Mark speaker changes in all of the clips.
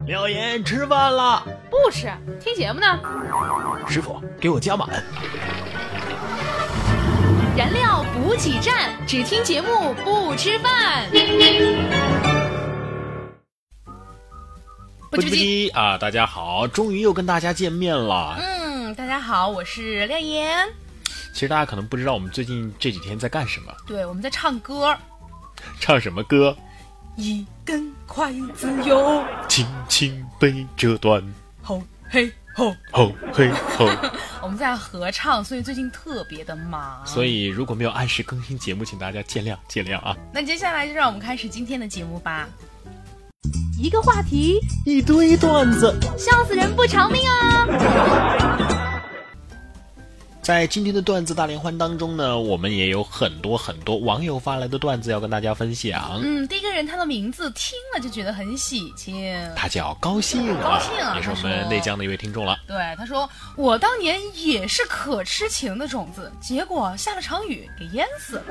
Speaker 1: 廖岩吃饭了，
Speaker 2: 不吃，听节目呢。
Speaker 1: 师傅给我加满。
Speaker 2: 燃料补给站，只听节目不吃饭。不
Speaker 1: 不
Speaker 2: 知不
Speaker 1: 唧啊！大家好，终于又跟大家见面了。
Speaker 2: 嗯，大家好，我是廖岩。
Speaker 1: 其实大家可能不知道我们最近这几天在干什么，
Speaker 2: 对，我们在唱歌。
Speaker 1: 唱什么歌？
Speaker 2: 一根筷子哟，
Speaker 1: 轻轻背着端，
Speaker 2: 吼嘿吼。
Speaker 1: 吼嘿 吼。
Speaker 2: 我们在合唱，所以最近特别的忙。
Speaker 1: 所以如果没有按时更新节目，请大家见谅见谅啊！
Speaker 2: 那接下来就让我们开始今天的节目吧。
Speaker 3: 一个话题，
Speaker 1: 一堆段子，
Speaker 3: 笑死人不偿命啊！
Speaker 1: 在今天的段子大联欢当中呢，我们也有很多很多网友发来的段子要跟大家分享。
Speaker 2: 嗯，第一个人他的名字听了就觉得很喜庆。
Speaker 1: 他叫高兴啊，
Speaker 2: 高兴啊
Speaker 1: 也是我
Speaker 2: 他
Speaker 1: 们
Speaker 2: 说
Speaker 1: 内江的一位听众了。
Speaker 2: 对，他说我当年也是可痴情的种子，结果下了场雨给淹死了。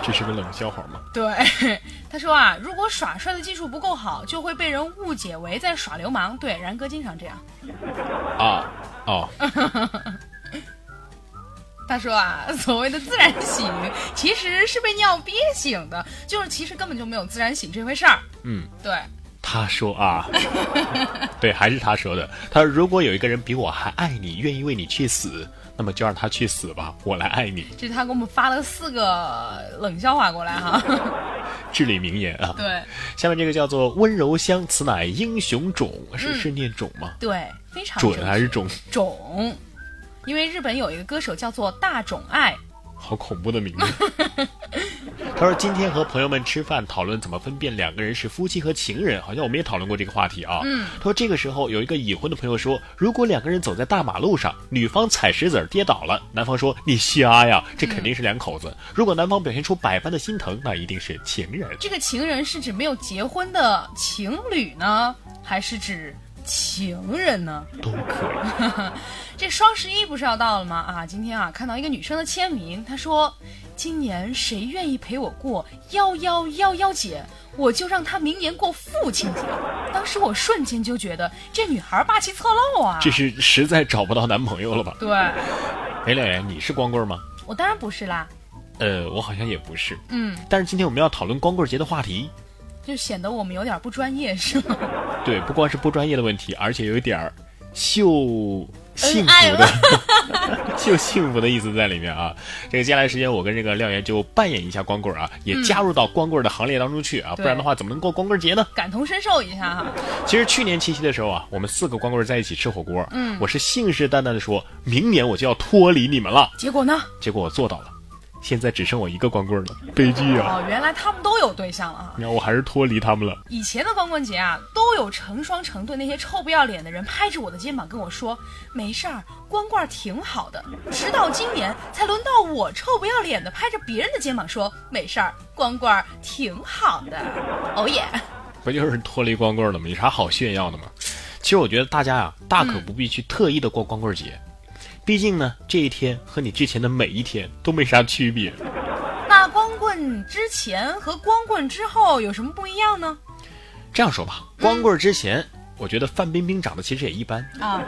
Speaker 1: 这是个冷笑话吗？
Speaker 2: 对，他说啊，如果耍帅的技术不够好，就会被人误解为在耍流氓。对，然哥经常这样。
Speaker 1: 啊，哦，
Speaker 2: 他说啊，所谓的自然醒，其实是被尿憋醒的，就是其实根本就没有自然醒这回事儿。
Speaker 1: 嗯，
Speaker 2: 对，
Speaker 1: 他说啊，对，还是他说的。他说如果有一个人比我还爱你，愿意为你去死，那么就让他去死吧，我来爱你。
Speaker 2: 这是他给我们发了四个冷笑话过来 哈。
Speaker 1: 至理名言啊。
Speaker 2: 对
Speaker 1: 下面这个叫做温柔乡，此乃英雄冢，是、是念冢吗？
Speaker 2: 对，非常
Speaker 1: 准还是冢？
Speaker 2: 种，因为日本有一个歌手叫做大冢爱，
Speaker 1: 好恐怖的名字。他说：“今天和朋友们吃饭，讨论怎么分辨两个人是夫妻和情人，好像我们也讨论过这个话题啊。”嗯，他说这个时候有一个已婚的朋友说，如果两个人走在大马路上，女方踩石子儿跌倒了，男方说你瞎呀，这肯定是两口子。如果男方表现出百般的心疼，那一定是情人。
Speaker 2: 这个情人是指没有结婚的情侣呢，还是指情人呢？
Speaker 1: 都可以。
Speaker 2: 这双十一不是要到了吗？啊，今天啊看到一个女生的签名，她说：“今年谁愿意陪我过幺幺幺幺节，我就让她明年过父亲节。”当时我瞬间就觉得这女孩霸气侧漏啊！
Speaker 1: 这是实在找不到男朋友了吧？
Speaker 2: 对，
Speaker 1: 哎，廖岩，你是光棍吗？
Speaker 2: 我当然不是啦，
Speaker 1: 呃，我好像也不是。
Speaker 2: 嗯，
Speaker 1: 但是今天我们要讨论光棍节的话题，
Speaker 2: 就显得我们有点不专业是吗？
Speaker 1: 对，不光是不专业的问题，而且有一点儿秀幸
Speaker 2: 爱
Speaker 1: 福的， 秀幸福的意思在里面啊。这个接下来时间，我跟这个廖岩就扮演一下光棍儿啊，也加入到光棍儿的行列当中去啊，不
Speaker 2: 嗯对
Speaker 1: 然的话怎么能过光棍节呢？
Speaker 2: 感同身受一下哈。
Speaker 1: 其实去年七夕的时候啊，我们四个光棍儿在一起吃火锅，嗯，我是信誓旦旦的说，明年我就要脱离你们了，
Speaker 2: 结果呢？
Speaker 1: 结果我做到了，现在只剩我一个光棍儿了，悲剧啊！
Speaker 2: 哦，原来他们都有对象了啊！
Speaker 1: 你看，我还是脱离他们了。
Speaker 2: 以前的光棍节啊，都有成双成对那些臭不要脸的人拍着我的肩膀跟我说：“没事儿，光棍儿挺好的。”直到今年才轮到我臭不要脸的拍着别人的肩膀说：“没事儿，光棍儿挺好的。”哦耶！
Speaker 1: 不就是脱离光棍了吗？有啥好炫耀的吗？其实我觉得大家啊，大可不必去特意的过光棍节，毕竟呢，这一天和你之前的每一天都没啥区别。
Speaker 2: 那光棍之前和光棍之后有什么不一样呢？
Speaker 1: 这样说吧，光棍之前，我觉得范冰冰长得其实也一般；
Speaker 2: 啊，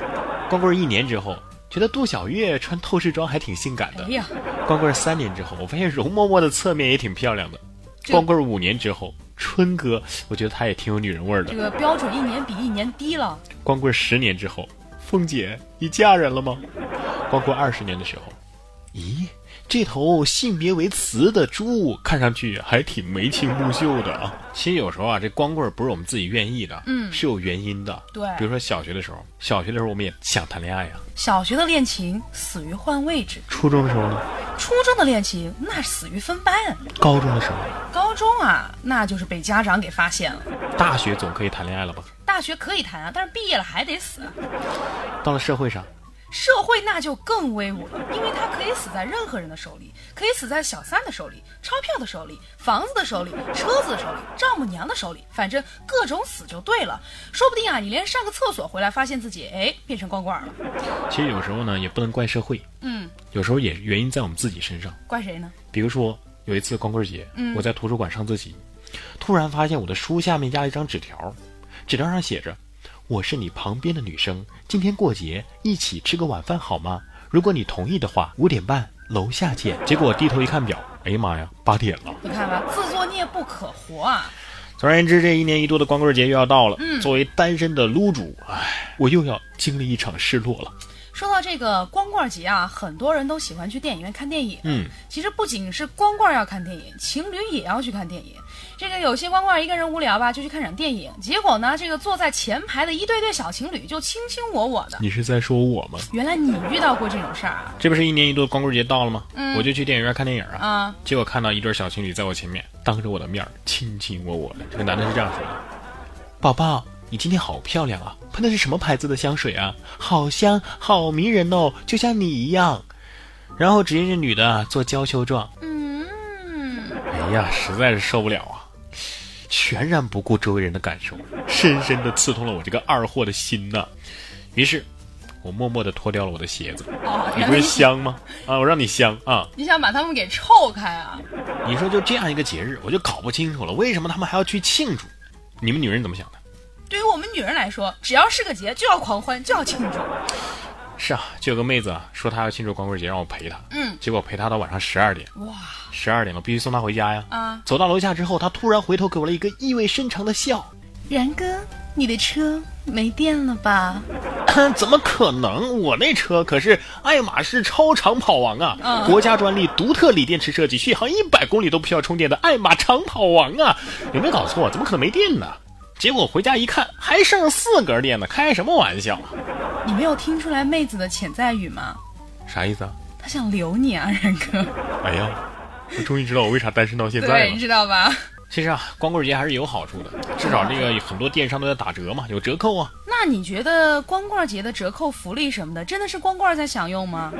Speaker 1: 光棍一年之后，觉得杜小月穿透视装还挺性感的
Speaker 2: 哎；呀，
Speaker 1: 光棍三年之后，我发现容嬷嬷的侧面也挺漂亮的；
Speaker 2: 这
Speaker 1: 光棍五年之后，春哥我觉得他也挺有女人味儿的
Speaker 2: 这；个标准一年比一年低了。
Speaker 1: 光棍十年之后，凤姐，你嫁人了吗？光棍二十年的时候，咦，这头性别为雌的猪看上去还挺眉清目秀的啊。其实有时候啊，这光棍不是我们自己愿意的，
Speaker 2: 嗯
Speaker 1: 是有原因的。
Speaker 2: 对
Speaker 1: 比如说小学的时候，小学的时候我们也想谈恋爱啊。
Speaker 2: 小学的恋情死于换位置，
Speaker 1: 初中的时候呢，
Speaker 2: 初中的恋情那是死于分班。
Speaker 1: 高中的时候，
Speaker 2: 高中啊，那就是被家长给发现了。
Speaker 1: 大学总可以谈恋爱了吧？
Speaker 2: 大学可以谈啊，但是毕业了还得死。啊
Speaker 1: 到了社会上，
Speaker 2: 社会那就更威武了，因为他可以死在任何人的手里，可以死在小三的手里、钞票的手里、房子的手里、车子的手里、丈母娘的手里，反正各种死就对了。说不定啊，你连上个厕所回来，发现自己哎变成光棍儿了。
Speaker 1: 其实有时候呢也不能怪社会，
Speaker 2: 嗯，
Speaker 1: 有时候也原因在我们自己身上。
Speaker 2: 怪谁呢？
Speaker 1: 比如说有一次光棍节，
Speaker 2: 嗯
Speaker 1: 我在图书馆上自习，突然发现我的书下面压了一张纸条，纸条上写着：“我是你旁边的女生，今天过节一起吃个晚饭好吗？如果你同意的话，五点半楼下见。”结果我低头一看表，哎呀妈呀，八点了。
Speaker 2: 你看吧，自作孽不可活啊！
Speaker 1: 总而言之，这一年一度的光棍节又要到了。作为单身的撸主，唉，我又要经历一场失落了。
Speaker 2: 说到这个光棍节啊，很多人都喜欢去电影院看电影。
Speaker 1: 嗯，
Speaker 2: 其实不仅是光棍要看电影，情侣也要去看电影。这个有些光棍一个人无聊吧，就去看场电影，结果呢，这个坐在前排的一对对小情侣就卿卿我我的。
Speaker 1: 你是在说我吗？
Speaker 2: 原来你遇到过这种事儿啊？
Speaker 1: 这不是一年一度的光棍节到了吗？我就去电影院看电影啊，
Speaker 2: 啊
Speaker 1: 结果看到一对小情侣在我前面，当着我的面儿卿卿我我的。这个男的是这样说的：“宝宝，你今天好漂亮啊，喷的是什么牌子的香水啊？好香，好迷人哦，就像你一样。”然后只见这女的啊做娇羞状，
Speaker 2: 嗯，
Speaker 1: 哎呀，实在是受不了啊！全然不顾周围人的感受，深深的刺痛了我这个二货的心呐、于是，我默默的脱掉了我的鞋子。
Speaker 2: 哦，
Speaker 1: 你
Speaker 2: 原
Speaker 1: 不
Speaker 2: 来
Speaker 1: 是
Speaker 2: 你
Speaker 1: 香吗？啊，我让你香啊！
Speaker 2: 你想把他们给臭开啊？
Speaker 1: 你说就这样一个节日，我就搞不清楚了，为什么他们还要去庆祝？你们女人怎么想的？
Speaker 2: 对于我们女人来说，只要是个节就要狂欢，就要庆祝。
Speaker 1: 是啊，就有个妹子啊，说她要庆祝光棍节，让我陪她。
Speaker 2: 嗯，
Speaker 1: 结果陪她到晚上十二点，
Speaker 2: 哇
Speaker 1: 十二点了，必须送她回家呀。
Speaker 2: 啊！
Speaker 1: 走到楼下之后，她突然回头给我了一个意味深长的笑。
Speaker 2: 然哥，你的车没电了吧？
Speaker 1: 怎么可能？我那车可是爱马仕超长跑王啊！
Speaker 2: 嗯
Speaker 1: 国家专利，独特锂电池设计，续航一百公里都不需要充电的爱马长跑王啊！有没有搞错？怎么可能没电呢？结果回家一看，还剩四格电呢，开什么玩笑？啊
Speaker 2: 你没有听出来妹子的潜在语吗？
Speaker 1: 啥意思啊？
Speaker 2: 她想留你啊，然哥。
Speaker 1: 哎呀，我终于知道我为啥单身到现在
Speaker 2: 对，你
Speaker 1: 了。
Speaker 2: 知道吧？
Speaker 1: 其实啊，光棍节还是有好处的，至少这个很多电商都在打折嘛，有折扣啊。
Speaker 2: 那你觉得光棍节的折扣福利什么的，真的是光棍儿在享用吗？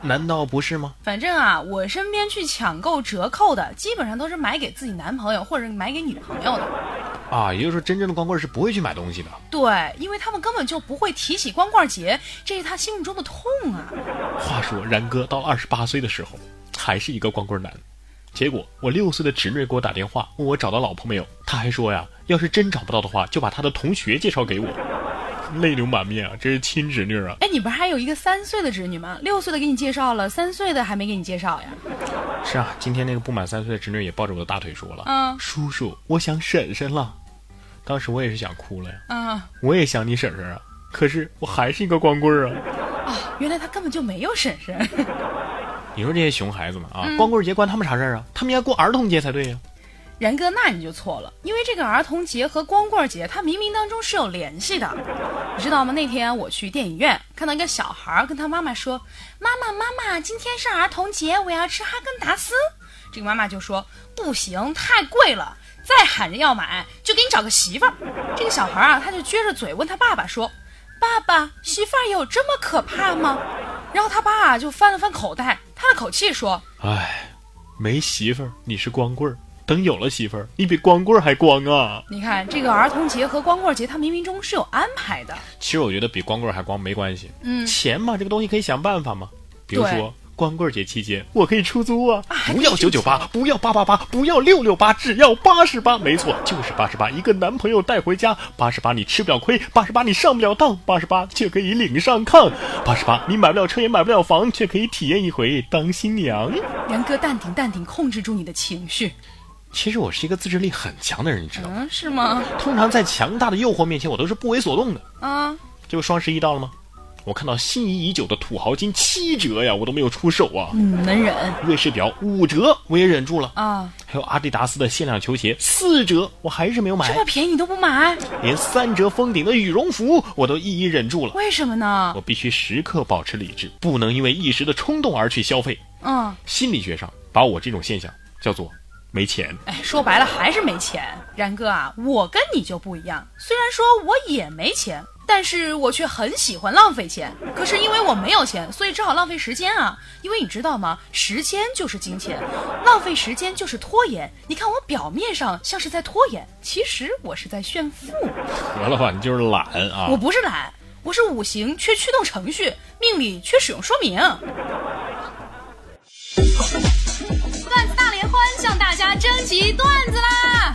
Speaker 1: 难道不是吗？
Speaker 2: 反正啊，我身边去抢购折扣的，基本上都是买给自己男朋友或者买给女朋友的。
Speaker 1: 啊，也就是说，真正的光棍是不会去买东西的。
Speaker 2: 对，因为他们根本就不会提起光棍节，这是他心目中的痛啊。
Speaker 1: 话说，然哥到了二十八岁的时候，还是一个光棍男。结果我六岁的侄女给我打电话，问我找到老婆没有。他还说呀，要是真找不到的话，就把他的同学介绍给我。 泪流满面啊，这是亲侄女啊！
Speaker 2: 哎，你不是还有一个三岁的侄女吗？六岁的给你介绍了，三岁的还没给你介绍呀？
Speaker 1: 是啊，今天那个不满三岁的侄女也抱着我的大腿说了：“
Speaker 2: 嗯
Speaker 1: 叔叔，我想婶婶了。”当时我也是想哭了呀，
Speaker 2: 嗯，
Speaker 1: 我也想你婶婶啊，可是我还是一个光棍啊。
Speaker 2: 原来他根本就没有婶婶。
Speaker 1: 你说这些熊孩子们啊，光棍节关他们啥事儿啊？他们应该过儿童节才对呀、
Speaker 2: 然哥，那你就错了，因为这个儿童节和光棍节它冥冥当中是有联系的，你知道吗？那天我去电影院看到一个小孩儿跟他妈妈说：“妈妈，妈妈，今天是儿童节，我要吃哈根达斯。”这个妈妈就说：“不行，太贵了，再喊着要买就给你找个媳妇儿。”这个小孩儿啊，他就撅着嘴问他爸爸说：“爸爸，媳妇儿有这么可怕吗？”然后他爸啊就翻了翻口袋，叹了口气说。
Speaker 1: 唉，没媳妇儿你是光棍儿，等有了媳妇儿你比光棍儿还光啊！
Speaker 2: 你看，这个儿童节和光棍节，它冥冥中是有安排的。
Speaker 1: 其实我觉得比光棍儿还光没关系，
Speaker 2: 嗯
Speaker 1: 钱嘛，这个东西可以想办法嘛。比如
Speaker 2: 对
Speaker 1: 说光棍儿节期间，我可以出租啊，
Speaker 2: 还可
Speaker 1: 不
Speaker 2: 以
Speaker 1: 要
Speaker 2: 出
Speaker 1: 九
Speaker 2: 租
Speaker 1: 九八，不要八八八，不要六六八，只要八十八，没错，就是八十八。一个男朋友带回家，八十八你吃不了亏，八十八你上不了当，八十八却可以领上炕，八十八你买不了车也买不了房，却可以体验一回当新娘。
Speaker 2: 元哥，淡定淡定，控制住你的情绪。
Speaker 1: 其实我是一个自制力很强的人，你知道吗？
Speaker 2: 嗯，是吗？
Speaker 1: 通常在强大的诱惑面前，我都是不为所动的。
Speaker 2: 啊，
Speaker 1: 这不双十一到了吗？我看到心仪已久的土豪金七折呀，我都没有出手啊。
Speaker 2: 嗯，能忍
Speaker 1: 瑞士表五折，我也忍住了。
Speaker 2: 啊，
Speaker 1: 还有阿迪达斯的限量球鞋四折，我还是没有
Speaker 2: 这
Speaker 1: 买
Speaker 2: 么。便宜你都不买，
Speaker 1: 连三折封顶的羽绒服，我都一一忍住了。
Speaker 2: 为什么呢
Speaker 1: 我？必须时刻保持理智，不能因为一时的冲动而去消费。
Speaker 2: 嗯，
Speaker 1: 心理学上把我这种现象叫做没钱。
Speaker 2: 哎，说白了还是没钱。然哥啊，我跟你就不一样，虽然说我也没钱。但是我却很喜欢浪费钱，可是因为我没有钱，所以只好浪费时间啊！因为你知道吗？时间就是金钱，浪费时间就是拖延。你看我表面上像是在拖延，其实我是在炫富。
Speaker 1: 得了吧，你就是懒啊
Speaker 2: 我！不是懒，我是五行缺驱动程序，命理缺使用说明。
Speaker 4: 段子大联欢向大家征集段子啦！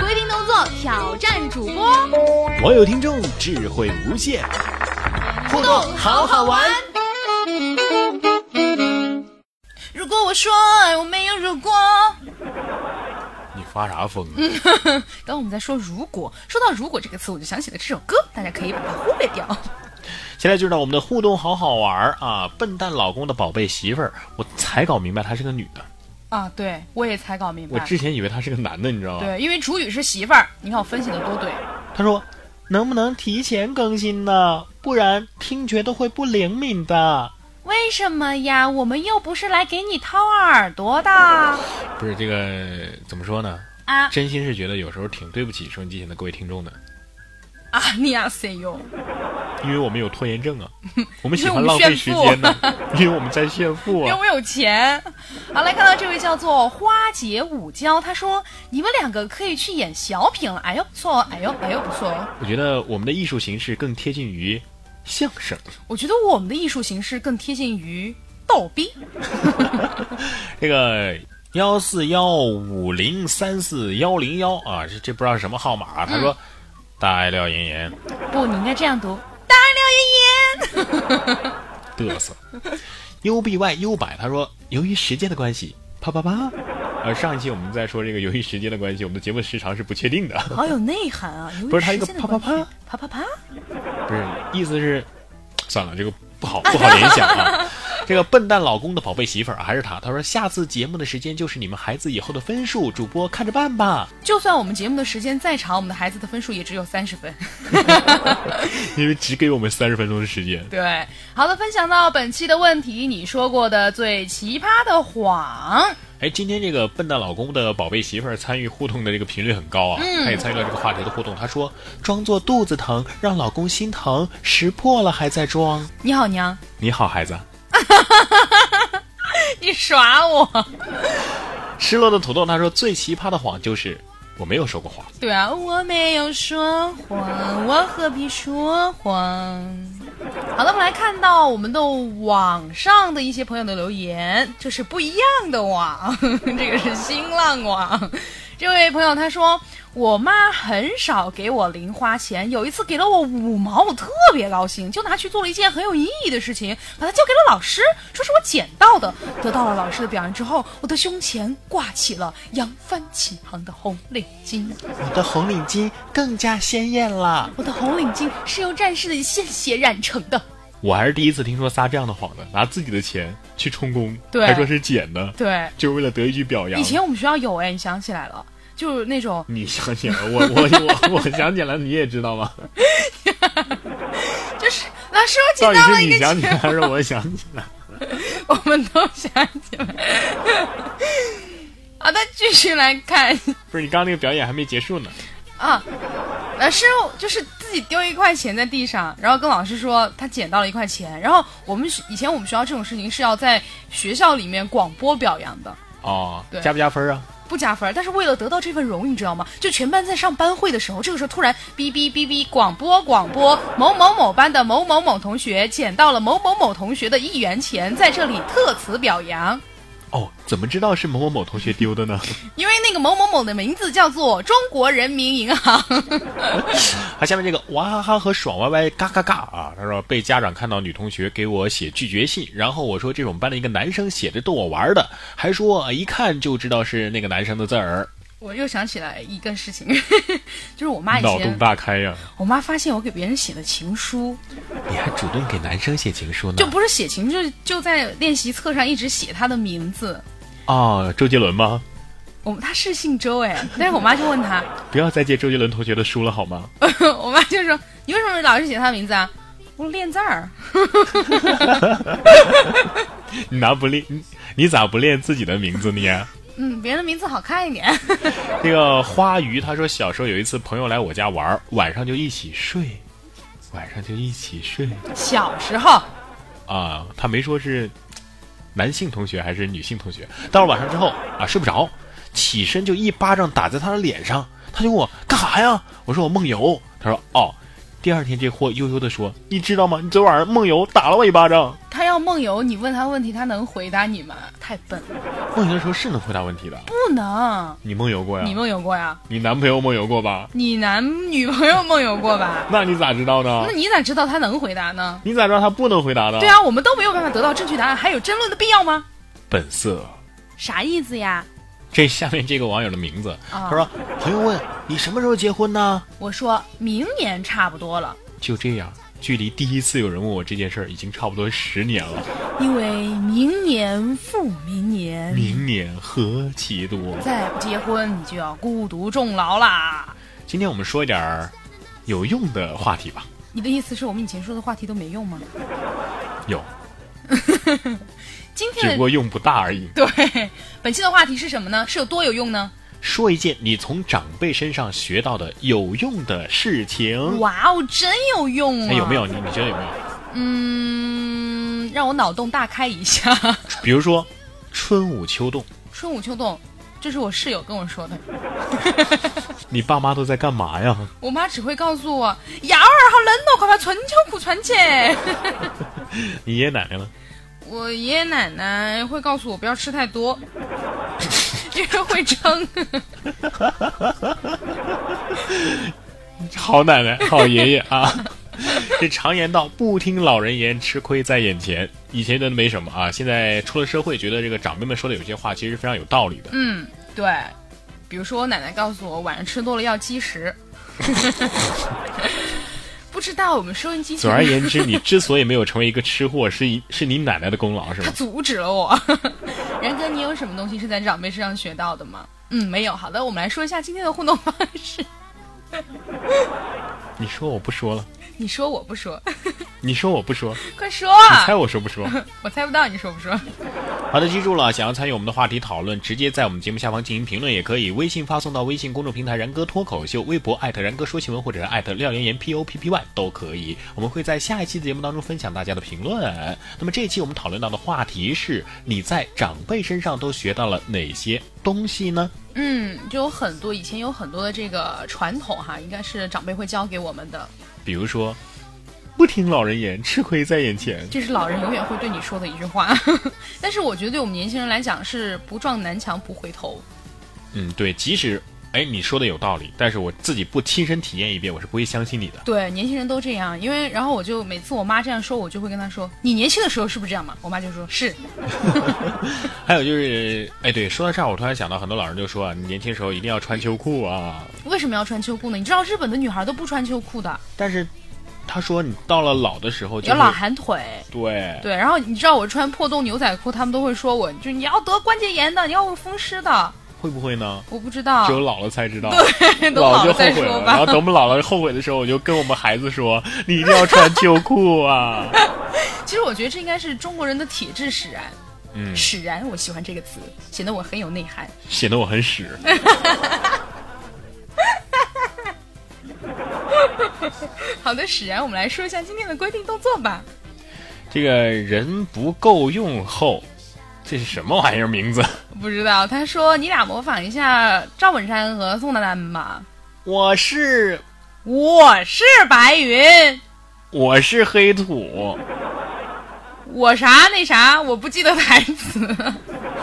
Speaker 2: 规定动作挑战主播，
Speaker 1: 网友听众智慧无限，互动好好玩。
Speaker 5: 如果我说呃我没有如果，
Speaker 1: 你发啥疯啊？
Speaker 5: 刚我们在说如果，说到如果这个词，我就想起了这首歌，大家可以把它忽略掉。
Speaker 1: 现在就是呢，我们的互动好好玩儿啊！笨蛋老公的宝贝媳妇儿，我才搞明白她是个女的，
Speaker 5: 啊，对我也才搞明
Speaker 1: 我
Speaker 2: 啊
Speaker 5: 白。
Speaker 1: 之前以为她是个男的，你知道吗？
Speaker 5: 对，因为主语是媳妇儿，你看我分析的多对。
Speaker 1: 他说：“能不能提前更新呢？不然听觉都会不灵敏的。
Speaker 5: 为什么呀？我们又不是来给你掏耳朵的 啊！”
Speaker 1: 不是这个怎么说呢？真心是觉得有时候挺对不起收音机前的各位听众的，
Speaker 5: 啊，你呀，say you，
Speaker 1: 因为我们有拖延 症啊，我们
Speaker 5: 因
Speaker 1: 喜
Speaker 5: 为我
Speaker 1: 欢
Speaker 5: 们
Speaker 1: 浪费时
Speaker 5: 炫富
Speaker 1: 间呢、 因为我们在炫富
Speaker 5: 因为
Speaker 1: 啊。
Speaker 5: 我有钱。好，来看到这位叫做花姐舞娇，她说：“你们两个可以去演小品了。”哎呦，不错哦，哎呦，哎呦，不错哦。
Speaker 1: 我觉得我们的艺术形式更贴近于相声。
Speaker 5: 我觉得我们的艺术形式更贴近于逗逼。
Speaker 1: 这个幺四幺五零三四幺零幺啊，这这不知道是什么号码啊。他说：“
Speaker 5: 嗯
Speaker 1: 大爱廖妍妍，
Speaker 5: 不，你应该这样读。大爱廖妍妍，
Speaker 1: 嘚瑟。U B Y U 百他说，由于时间的关系，啪啪啪。呃，上一期我们在说这个，由于时间的关系，我们的节目时长是不确定的，
Speaker 5: 好有内涵啊！由于
Speaker 1: 不是他一个
Speaker 5: 时间的
Speaker 1: 啪啪
Speaker 5: 关系啪啪啪，
Speaker 1: 不是意思是，算了，这个不好不好联想啊。这个笨蛋老公的宝贝媳妇儿啊还是他，他说下次节目的时间就是你们孩子以后的分数，主播看着办吧。
Speaker 5: 就算我们节目的时间再长，我们的孩子的分数也只有三十分。
Speaker 1: 因为只给我们三十分钟的时间。
Speaker 5: 对，好的，分享到本期的问题，你说过的最奇葩的谎，
Speaker 1: 哎，今天这个笨蛋老公的宝贝媳妇儿参与互动的这个频率很高啊，她也参与了这个话题的互动。她说：“装作肚子疼，让老公心疼，识破了还在装。
Speaker 5: 你好娘，”
Speaker 1: 你好，孩子。
Speaker 5: 你耍我。
Speaker 1: 失落的土豆他说：“最奇葩的谎就是我没有说过谎。
Speaker 5: 对啊，我没有说谎，我何必说谎？好的，我们来看到我们的网上的一些朋友的留言，这是不一样的网，这个是新浪网。这位朋友他说，我妈很少给我零花钱，有一次给了我五毛，我特别高兴，就拿去做了一件很有意义的事情，把它交给了老师，说是我捡到的。得到了老师的表扬之后，我的胸前挂起了扬帆起航的红领巾。
Speaker 1: 我的红领巾更加鲜艳了。
Speaker 5: 我的红领巾是由战士的鲜血染成的。
Speaker 1: 我还是第一次听说撒这样的谎的，拿自己的钱去充公，
Speaker 5: 对
Speaker 1: 还说是捡的，
Speaker 5: 对，
Speaker 1: 就是为了得一句表扬
Speaker 5: 以。前我们学校有哎，你想起来了，就是那种
Speaker 1: 你想起来了，我我我我想起来了，你也知道吗？
Speaker 5: 就是老师
Speaker 1: 到
Speaker 5: 我捡
Speaker 1: 底
Speaker 5: 到
Speaker 1: 是
Speaker 5: 了
Speaker 1: 你
Speaker 5: 一
Speaker 1: 想
Speaker 5: 个
Speaker 1: 起
Speaker 5: 球
Speaker 1: 来，还是我想起来？
Speaker 5: 我们都想起来。 好的，继续来看
Speaker 1: 不是你刚刚那个表演还没结束呢。
Speaker 5: 啊，老师就是自己丢一块钱在地上，然后跟老师说他捡到了一块钱，然后我们学以前我们学校这种事情是要在学校里面广播表扬的。
Speaker 1: 哦
Speaker 5: 对，
Speaker 1: 加不加分啊？
Speaker 5: 不加分儿，但是为了得到这份荣誉，你知道吗？就全班在上班会的时候，这个时候突然哔哔哔哔广播广播，某某某班的某某某同学捡到了某某某同学的一元钱，在这里特此表扬，
Speaker 1: 哦，怎么知道是某某某同学丢 的呢？
Speaker 5: 因为那个某某某的名字叫做中国人民银行。
Speaker 1: 好，下面这个娃哈哈和爽歪歪嘎嘎嘎啊，他说被家长看到女同学给我写拒绝信，然后我说这是我们班的一个男生写的逗我玩的，还说呃一看就知道是那个男生的字儿，
Speaker 5: 我又想起来一个事情，就是我妈以
Speaker 1: 脑洞
Speaker 5: 前，
Speaker 1: 大开啊呀、
Speaker 5: 我妈发现我给别人写的情书，
Speaker 1: 你还主动给男生写情书呢？
Speaker 5: 就不是写情书，就是就在练习册上一直写她的名字。
Speaker 1: 哦，周杰伦吗？
Speaker 5: 我们她是姓周哎，但是我妈就问她，
Speaker 1: 不要再借周杰伦同学的书了好吗？
Speaker 5: 我妈就说：“你为什么老是写他名字啊？”我说：“练字儿。
Speaker 1: 你拿不练，你你咋不练自己的名字呢？”
Speaker 5: 嗯，别人的名字好看一点。
Speaker 1: 那个花鱼他说，小时候有一次朋友来我家玩儿，晚上就一起睡，晚上就一起睡
Speaker 5: 小时候，
Speaker 1: 啊。他没说是男性同学还是女性同学。到了晚上之后啊，睡不着，起身就一巴掌打在他的脸上。他就问我干啥呀？我说我梦游。他说哦。第二天这货悠悠的说，你知道吗？你昨晚上梦游打了我一巴掌。
Speaker 5: 他要梦游，你问他问题，他能回答你吗？太笨了，
Speaker 1: 梦游的时候是能回答问题的。
Speaker 5: 不能。
Speaker 1: 你梦游过呀？
Speaker 5: 你梦游过呀？
Speaker 1: 你男朋友梦游过吧？
Speaker 5: 你男女朋友梦游过吧？
Speaker 1: 那你咋知道呢
Speaker 5: 那？你咋知道他能回答呢？
Speaker 1: 你咋知道他不能回答呢？
Speaker 5: 对啊，我们都没有办法得到正确答案，还有争论的必要吗？
Speaker 1: 本色。
Speaker 5: 啥意思呀？
Speaker 1: 这下面这个网友的名字，
Speaker 5: 啊
Speaker 1: 他说：“朋友问你什么时候结婚呢
Speaker 5: 我说明年差不多了，？”
Speaker 1: 就这样，距离第一次有人问我这件事儿已经差不多十年了。
Speaker 5: 因为明年复明年，
Speaker 1: 明年何其多！
Speaker 5: 再不结婚你就要孤独终老啦。
Speaker 1: 今天我们说一点儿有用的话题吧。
Speaker 5: 你的意思是我们以前说的话题都没用吗？
Speaker 1: 有，
Speaker 5: 今
Speaker 1: 只不
Speaker 5: 天的
Speaker 1: 过用不大而已。
Speaker 5: 对本期的话题是什么呢？是有多有用呢？
Speaker 1: 说一件你从长辈身上学到的有用的事情。
Speaker 5: 哇哦，真有用啊！
Speaker 1: 嗯哎，有没有？？你你觉得有没有？
Speaker 5: 嗯，让我脑洞大开一下。
Speaker 1: 比如说春捂秋冻，
Speaker 5: 春捂秋冻，这是我室友跟我说的。
Speaker 1: 你爸妈都在干嘛呀？
Speaker 5: 我妈只会告诉我：“幺儿好冷哦，快把春秋 裤穿起。
Speaker 1: 你爷爷奶奶呢？”
Speaker 5: 我爷爷奶奶会告诉我不要吃太多， 因为会撑。
Speaker 1: 好奶奶，好爷爷啊！这常言道，不听老人言，吃亏在眼前。以前觉得没什么啊，现在出了社会，觉得这个长辈们说的有些话其实是非常有道理的。
Speaker 5: 嗯，对，比如说我奶奶告诉我晚上吃多了要积食。不知道我们收音机
Speaker 1: 总而言之，你之所以没有成为一个吃货，是一是你奶奶的功劳，是
Speaker 5: 他
Speaker 1: 吗？
Speaker 5: 阻止了我。然哥，你有什么东西是在长辈身上学到的吗？嗯，没有。好的，我们来说一下今天的互动方式。
Speaker 1: 你说我不说了，
Speaker 5: 你说我不说，
Speaker 1: 你说我不说，你
Speaker 5: 快说！啊
Speaker 1: 猜我说不说？
Speaker 5: 我猜不到你说不说。
Speaker 1: 好的，记住了，想要参与我们的话题讨论，直接在我们节目下方进行评论也可以，微信发送到微信公众平台“然哥脱口秀”，微博艾特“然哥说新闻”或者是艾特廖岩岩 P O P P Y 都可以。我们会在下一期的节目当中分享大家的评论。那么这一期我们讨论到的话题是：你在长辈身上都学到了哪些东西呢？
Speaker 5: 嗯，就有很多以前有很多的这个传统哈，应该是长辈会教给我们的，
Speaker 1: 比如说，不听老人言，吃亏在眼前。
Speaker 5: 这是老人永远会对你说的一句话。 但是我觉得对我们年轻人来讲是不撞南墙不回头。
Speaker 1: 嗯，对，即使哎你说的有道理，但是我自己不亲身体验一遍，我是不会相信你的。
Speaker 5: 对，年轻人都这样，因为然后我就每次我妈这样说，我就会跟她说：“你年轻的时候是不是这样嘛？”我妈就说：“是。
Speaker 1: 还有就是，哎，对，说到这儿，我突然想到，很多老人就说啊，你年轻时候一定要穿秋裤啊。”
Speaker 5: 为什么要穿秋裤呢？你知道日本的女孩都不穿秋裤的，
Speaker 1: 但是他说，你到了老的时候就
Speaker 5: 有
Speaker 1: 会
Speaker 5: 老寒 腿。
Speaker 1: 对，
Speaker 5: 对，然后你知道我穿破洞牛仔裤，他们都会说我，就你要得关节炎的，你要风湿的。
Speaker 1: 会不会呢？
Speaker 5: 我不知道
Speaker 1: 只，有老了才知道，
Speaker 5: 哦等
Speaker 1: 老
Speaker 5: 老
Speaker 1: 就
Speaker 5: 了
Speaker 1: 后
Speaker 5: 再
Speaker 1: 悔
Speaker 5: 说
Speaker 1: 了。然
Speaker 5: 吧
Speaker 1: 后。 等我们老了后悔的时候，我就跟我们孩子说，你一定要穿秋裤啊。
Speaker 5: 其实我觉得这应该是中国人的体质使然。
Speaker 1: 嗯
Speaker 5: 使然，我喜欢这个词，显得我很有内涵。
Speaker 1: 显得我很屎。
Speaker 5: 好的，使然，我们来说一下今天的规定动作吧。
Speaker 1: 这个人不够用后，这是什么玩意儿名字？
Speaker 5: 不知道，他说你俩模仿一下赵本山和宋丹丹吧。
Speaker 1: 我是
Speaker 5: 我是白云，
Speaker 1: 我是黑土，
Speaker 5: 我啥那啥，我不记得台词。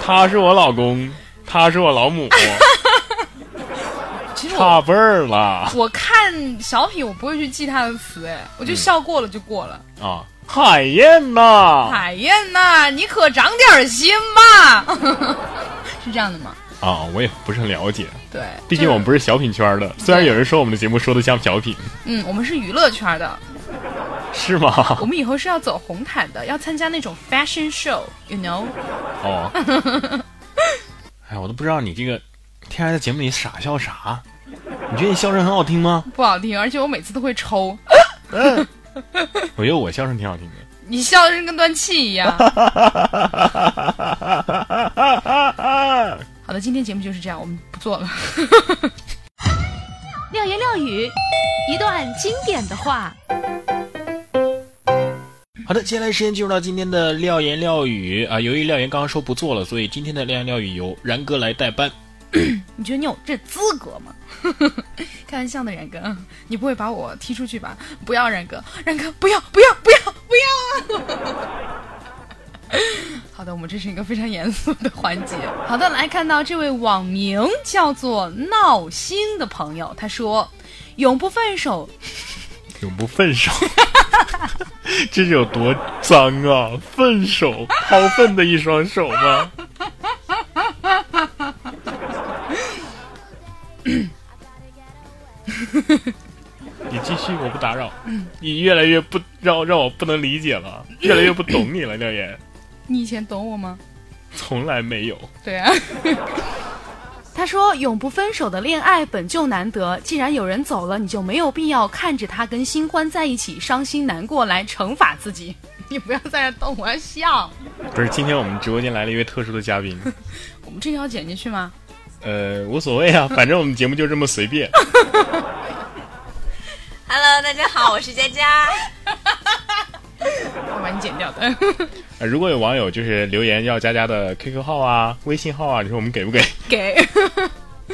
Speaker 1: 他是我老公，他是我老母。
Speaker 5: 其实我
Speaker 1: 差辈儿了
Speaker 5: 我看小品，我不会去记他的词，哎，
Speaker 1: 嗯
Speaker 5: 我就笑过了就过了。
Speaker 1: 啊！海燕呐，
Speaker 5: 海燕呐，你可长点心吧， 是这样的吗？
Speaker 1: 啊，我也不是很了解，
Speaker 5: 对，
Speaker 1: 毕竟我们不是小品圈的。虽然有人说我们的节目说的像小品，
Speaker 5: 嗯，我们是娱乐圈的，
Speaker 1: 是吗
Speaker 5: 我？们以后是要走红毯的，要参加那种 fashion show，you know？
Speaker 1: 哦，哎，我都不知道你这个天天在节目里傻笑啥？你觉得你笑声很好听吗？
Speaker 5: 不好听，而且我每次都会抽，
Speaker 1: 我觉得我笑声挺好听的。
Speaker 5: 你笑的跟断气一样。好的，今天节目就是这样，我们不做了。
Speaker 2: 廖言廖语，一段经典的话。
Speaker 6: 好的，接下来时间进入到今天的廖言廖语啊。由于廖言刚刚说不做了，所以今天的廖言廖语由然哥来代班。
Speaker 5: 你觉得你有这资格吗？ 开玩笑的，冉哥，嗯你不会把我踢出去吧？不要，冉哥，冉哥，不要，不要，不要，不要 啊！好的，我们这是一个非常严肃的环节。好的，来看到这位网名叫做闹心的朋友，他说：“永不分手，
Speaker 6: 永不分手， 这是有多脏啊！分手，好笨的一双手吗？你继续，我不打扰。你越来越不让让我不能理解了，越来越不懂你了，廖岩，
Speaker 5: 你以前懂我吗？”
Speaker 6: 从来没有。
Speaker 5: 对啊。 他说：“永不分手的恋爱本就难得，既然有人走了，你就没有必要看着他跟新欢在一起伤心难过来惩罚自己。你不要在这动，我要笑。
Speaker 6: 不是，今天我们直播间来了一位特殊的嘉宾，
Speaker 5: 我们这条剪进去吗？
Speaker 6: 呃，无所谓啊，反正我们节目就这么随便。
Speaker 7: Hello，大家好，我是佳佳。
Speaker 5: 我把你剪掉的。
Speaker 6: 呃如果有网友就是留言要佳佳的 QQ 号啊、微信号啊，你说我们给不给？
Speaker 5: 给。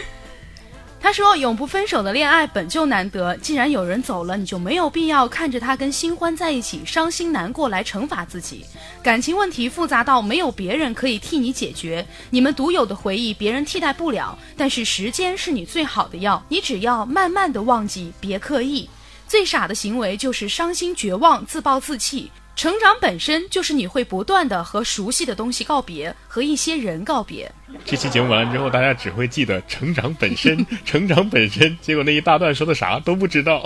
Speaker 5: 他说：“永不分手的恋爱本就难得，既然有人走了，你就没有必要看着他跟新欢在一起伤心难过来惩罚自己。感情问题复杂到没有别人可以替你解决，你们独有的回忆别人替代不了。但是时间是你最好的药，你只要慢慢的忘记，别刻意。最傻的行为就是伤心、绝望、自暴自弃。成长本身就是你会不断的和熟悉的东西告别，和一些人告别。”
Speaker 6: 这期节目完了之后，大家只会记得成长本身，成长本身，结果那一大段说的啥都不知道。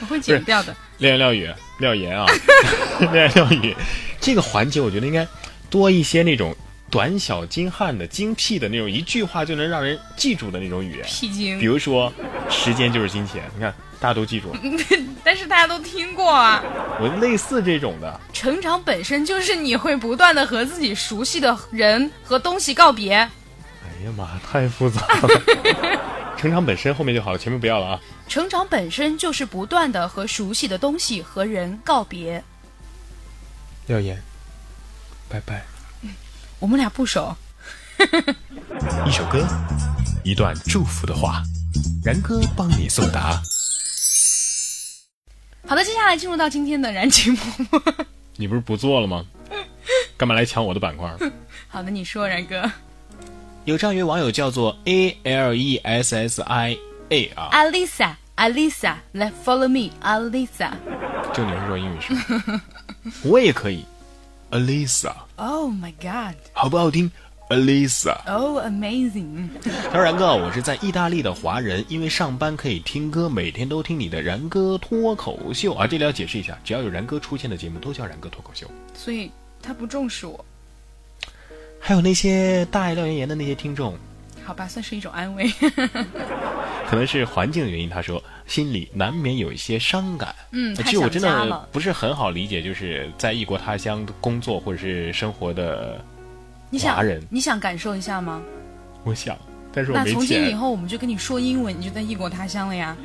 Speaker 5: 我会
Speaker 6: 剪
Speaker 5: 掉的。
Speaker 6: 廖言廖语，廖言啊， 廖言廖语，这个环节我觉得应该多一些那种短小精悍的、精辟的那种，一句话就能让人记住的那种语言。
Speaker 5: 屁
Speaker 6: 比
Speaker 5: 精，
Speaker 6: 如说，时间就是金钱，你看大家都记住。
Speaker 5: 但是大家都听过啊。
Speaker 6: 我类似这种的，
Speaker 5: 成长本身就是你会不断的和自己熟悉的人和东西告别。
Speaker 6: 哎呀妈，太复杂了。 成长本身后面就好了，前面不要了啊。
Speaker 5: 成长本身就是不断的和熟悉的东西和人告别。
Speaker 6: 廖言，拜拜。
Speaker 5: 我们俩不熟，
Speaker 6: 一首歌，一段祝福的话，然哥帮你送达。
Speaker 5: 好的，接下来进入到今天的燃情默默。
Speaker 6: 你不是不做了吗？干嘛来抢我的板块？
Speaker 5: 好的，你说，然哥
Speaker 6: 有这样一位网友叫做 A L E S S I A 啊，
Speaker 5: ，Alisa，Alisa，来 follow me，Alisa。
Speaker 6: 就你会说英语是吗？我也可以，Alisa，
Speaker 5: Oh my god，Oh
Speaker 6: 好不好听？Alisa。
Speaker 5: amazing。
Speaker 6: 他说：“然哥，我是在意大利的华啊人，因为上班可以听歌，每天都听你的然哥脱口秀啊。这里要解释一下，只要有然哥出现的节目都叫然哥脱口秀。
Speaker 5: 所以他不重视我，
Speaker 6: 还有那些大爱廖言言的那些听众，
Speaker 5: 好吧，算是一种安慰。
Speaker 6: 可能是环境原因，他说心里难免有一些伤感。
Speaker 5: 嗯
Speaker 6: 呃
Speaker 5: 太
Speaker 6: 其实我
Speaker 5: 想
Speaker 6: 真
Speaker 5: 家
Speaker 6: 的
Speaker 5: 了
Speaker 6: 不是很好理解，就是在异国他乡工作或者是生活的，
Speaker 5: 你想
Speaker 6: 华人
Speaker 5: 你想感受一下吗？
Speaker 6: 我想，但是我
Speaker 5: 那
Speaker 6: 没
Speaker 5: 从今以
Speaker 6: 钱。
Speaker 5: 后我们就跟你说英文，你就在异国他乡了呀。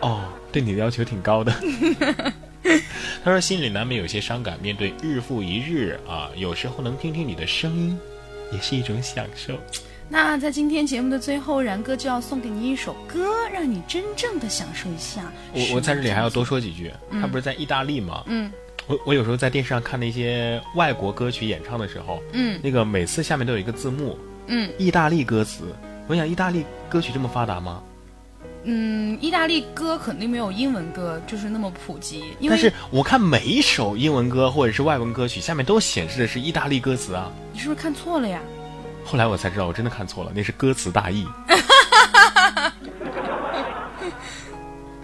Speaker 6: 哦，对你的要求挺高的。 他说心里难免有些伤感，面对日复一日啊，有时候能听听你的声音，也是一种享受。
Speaker 5: 那在今天节目的最后，然哥就要送给你一首歌，让你真正的享受一下。
Speaker 6: 我我在这里还要多说几句，他不是在意大利吗？
Speaker 5: 嗯
Speaker 6: 我我有时候在电视上看那些外国歌曲演唱的时候，
Speaker 5: 嗯
Speaker 6: 那个每次下面都有一个字幕，
Speaker 5: 嗯
Speaker 6: 意大利歌词。我想意大利歌曲这么发达吗？
Speaker 5: 嗯，意大利歌肯定没有英文歌就是那么普及，因
Speaker 6: 但是
Speaker 5: 为
Speaker 6: 我看每一首英文歌或者是外文歌曲下面都显示的是意大利歌词啊。
Speaker 5: 你是不是看错了呀？
Speaker 6: 后来我才知道我真的看错了，那是歌词大意。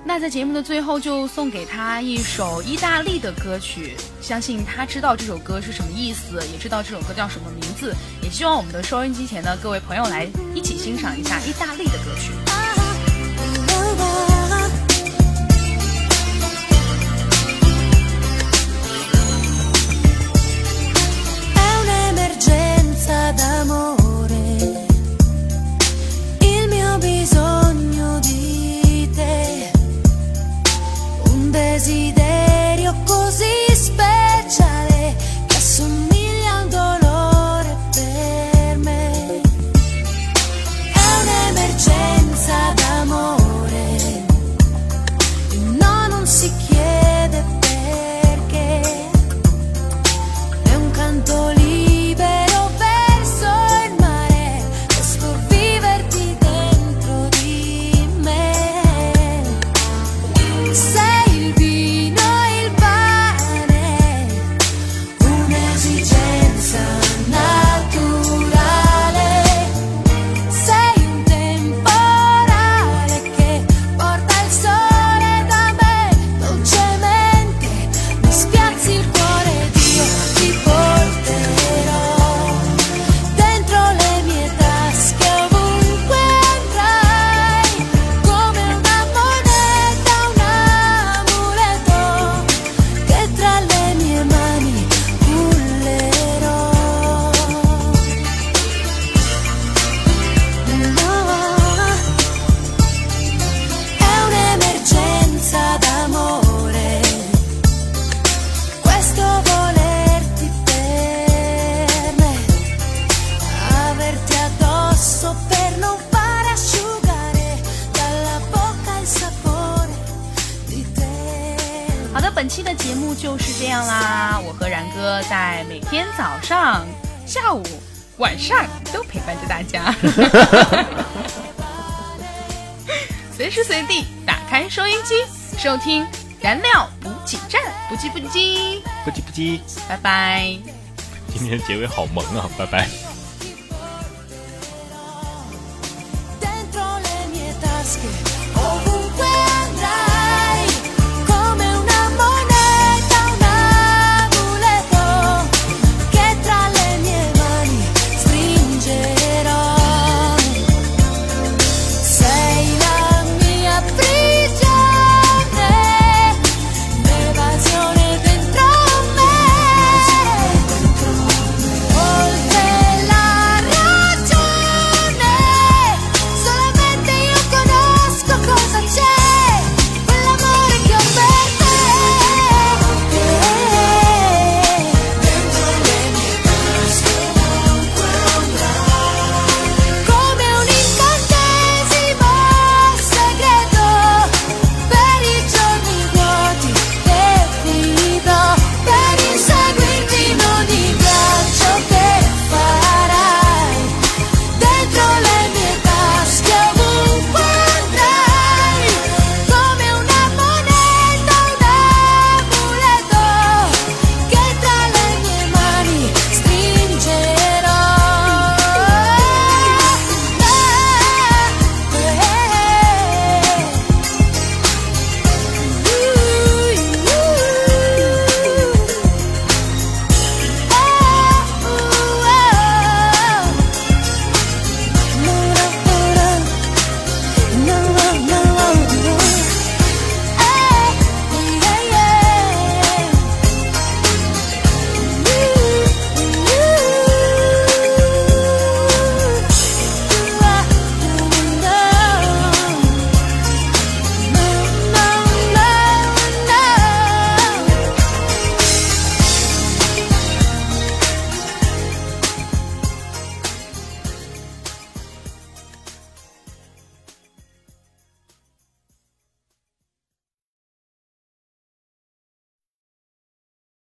Speaker 5: 那在节目的最后，就送给他一首意大利的歌曲，相信他知道这首歌是什么意思，也知道这首歌叫什么名字，也希望我们的收音机前的各位朋友来一起欣赏一下意大利的歌曲。
Speaker 8: È un'emergenza d'amore
Speaker 5: 样啦！我和然哥在每天早上、下午、晚上都陪伴着大家， 随时随地打开收音机收听燃料补给站，不叽不叽，
Speaker 1: 不叽不叽，
Speaker 5: 拜拜。
Speaker 1: 今天结尾好萌啊，拜拜。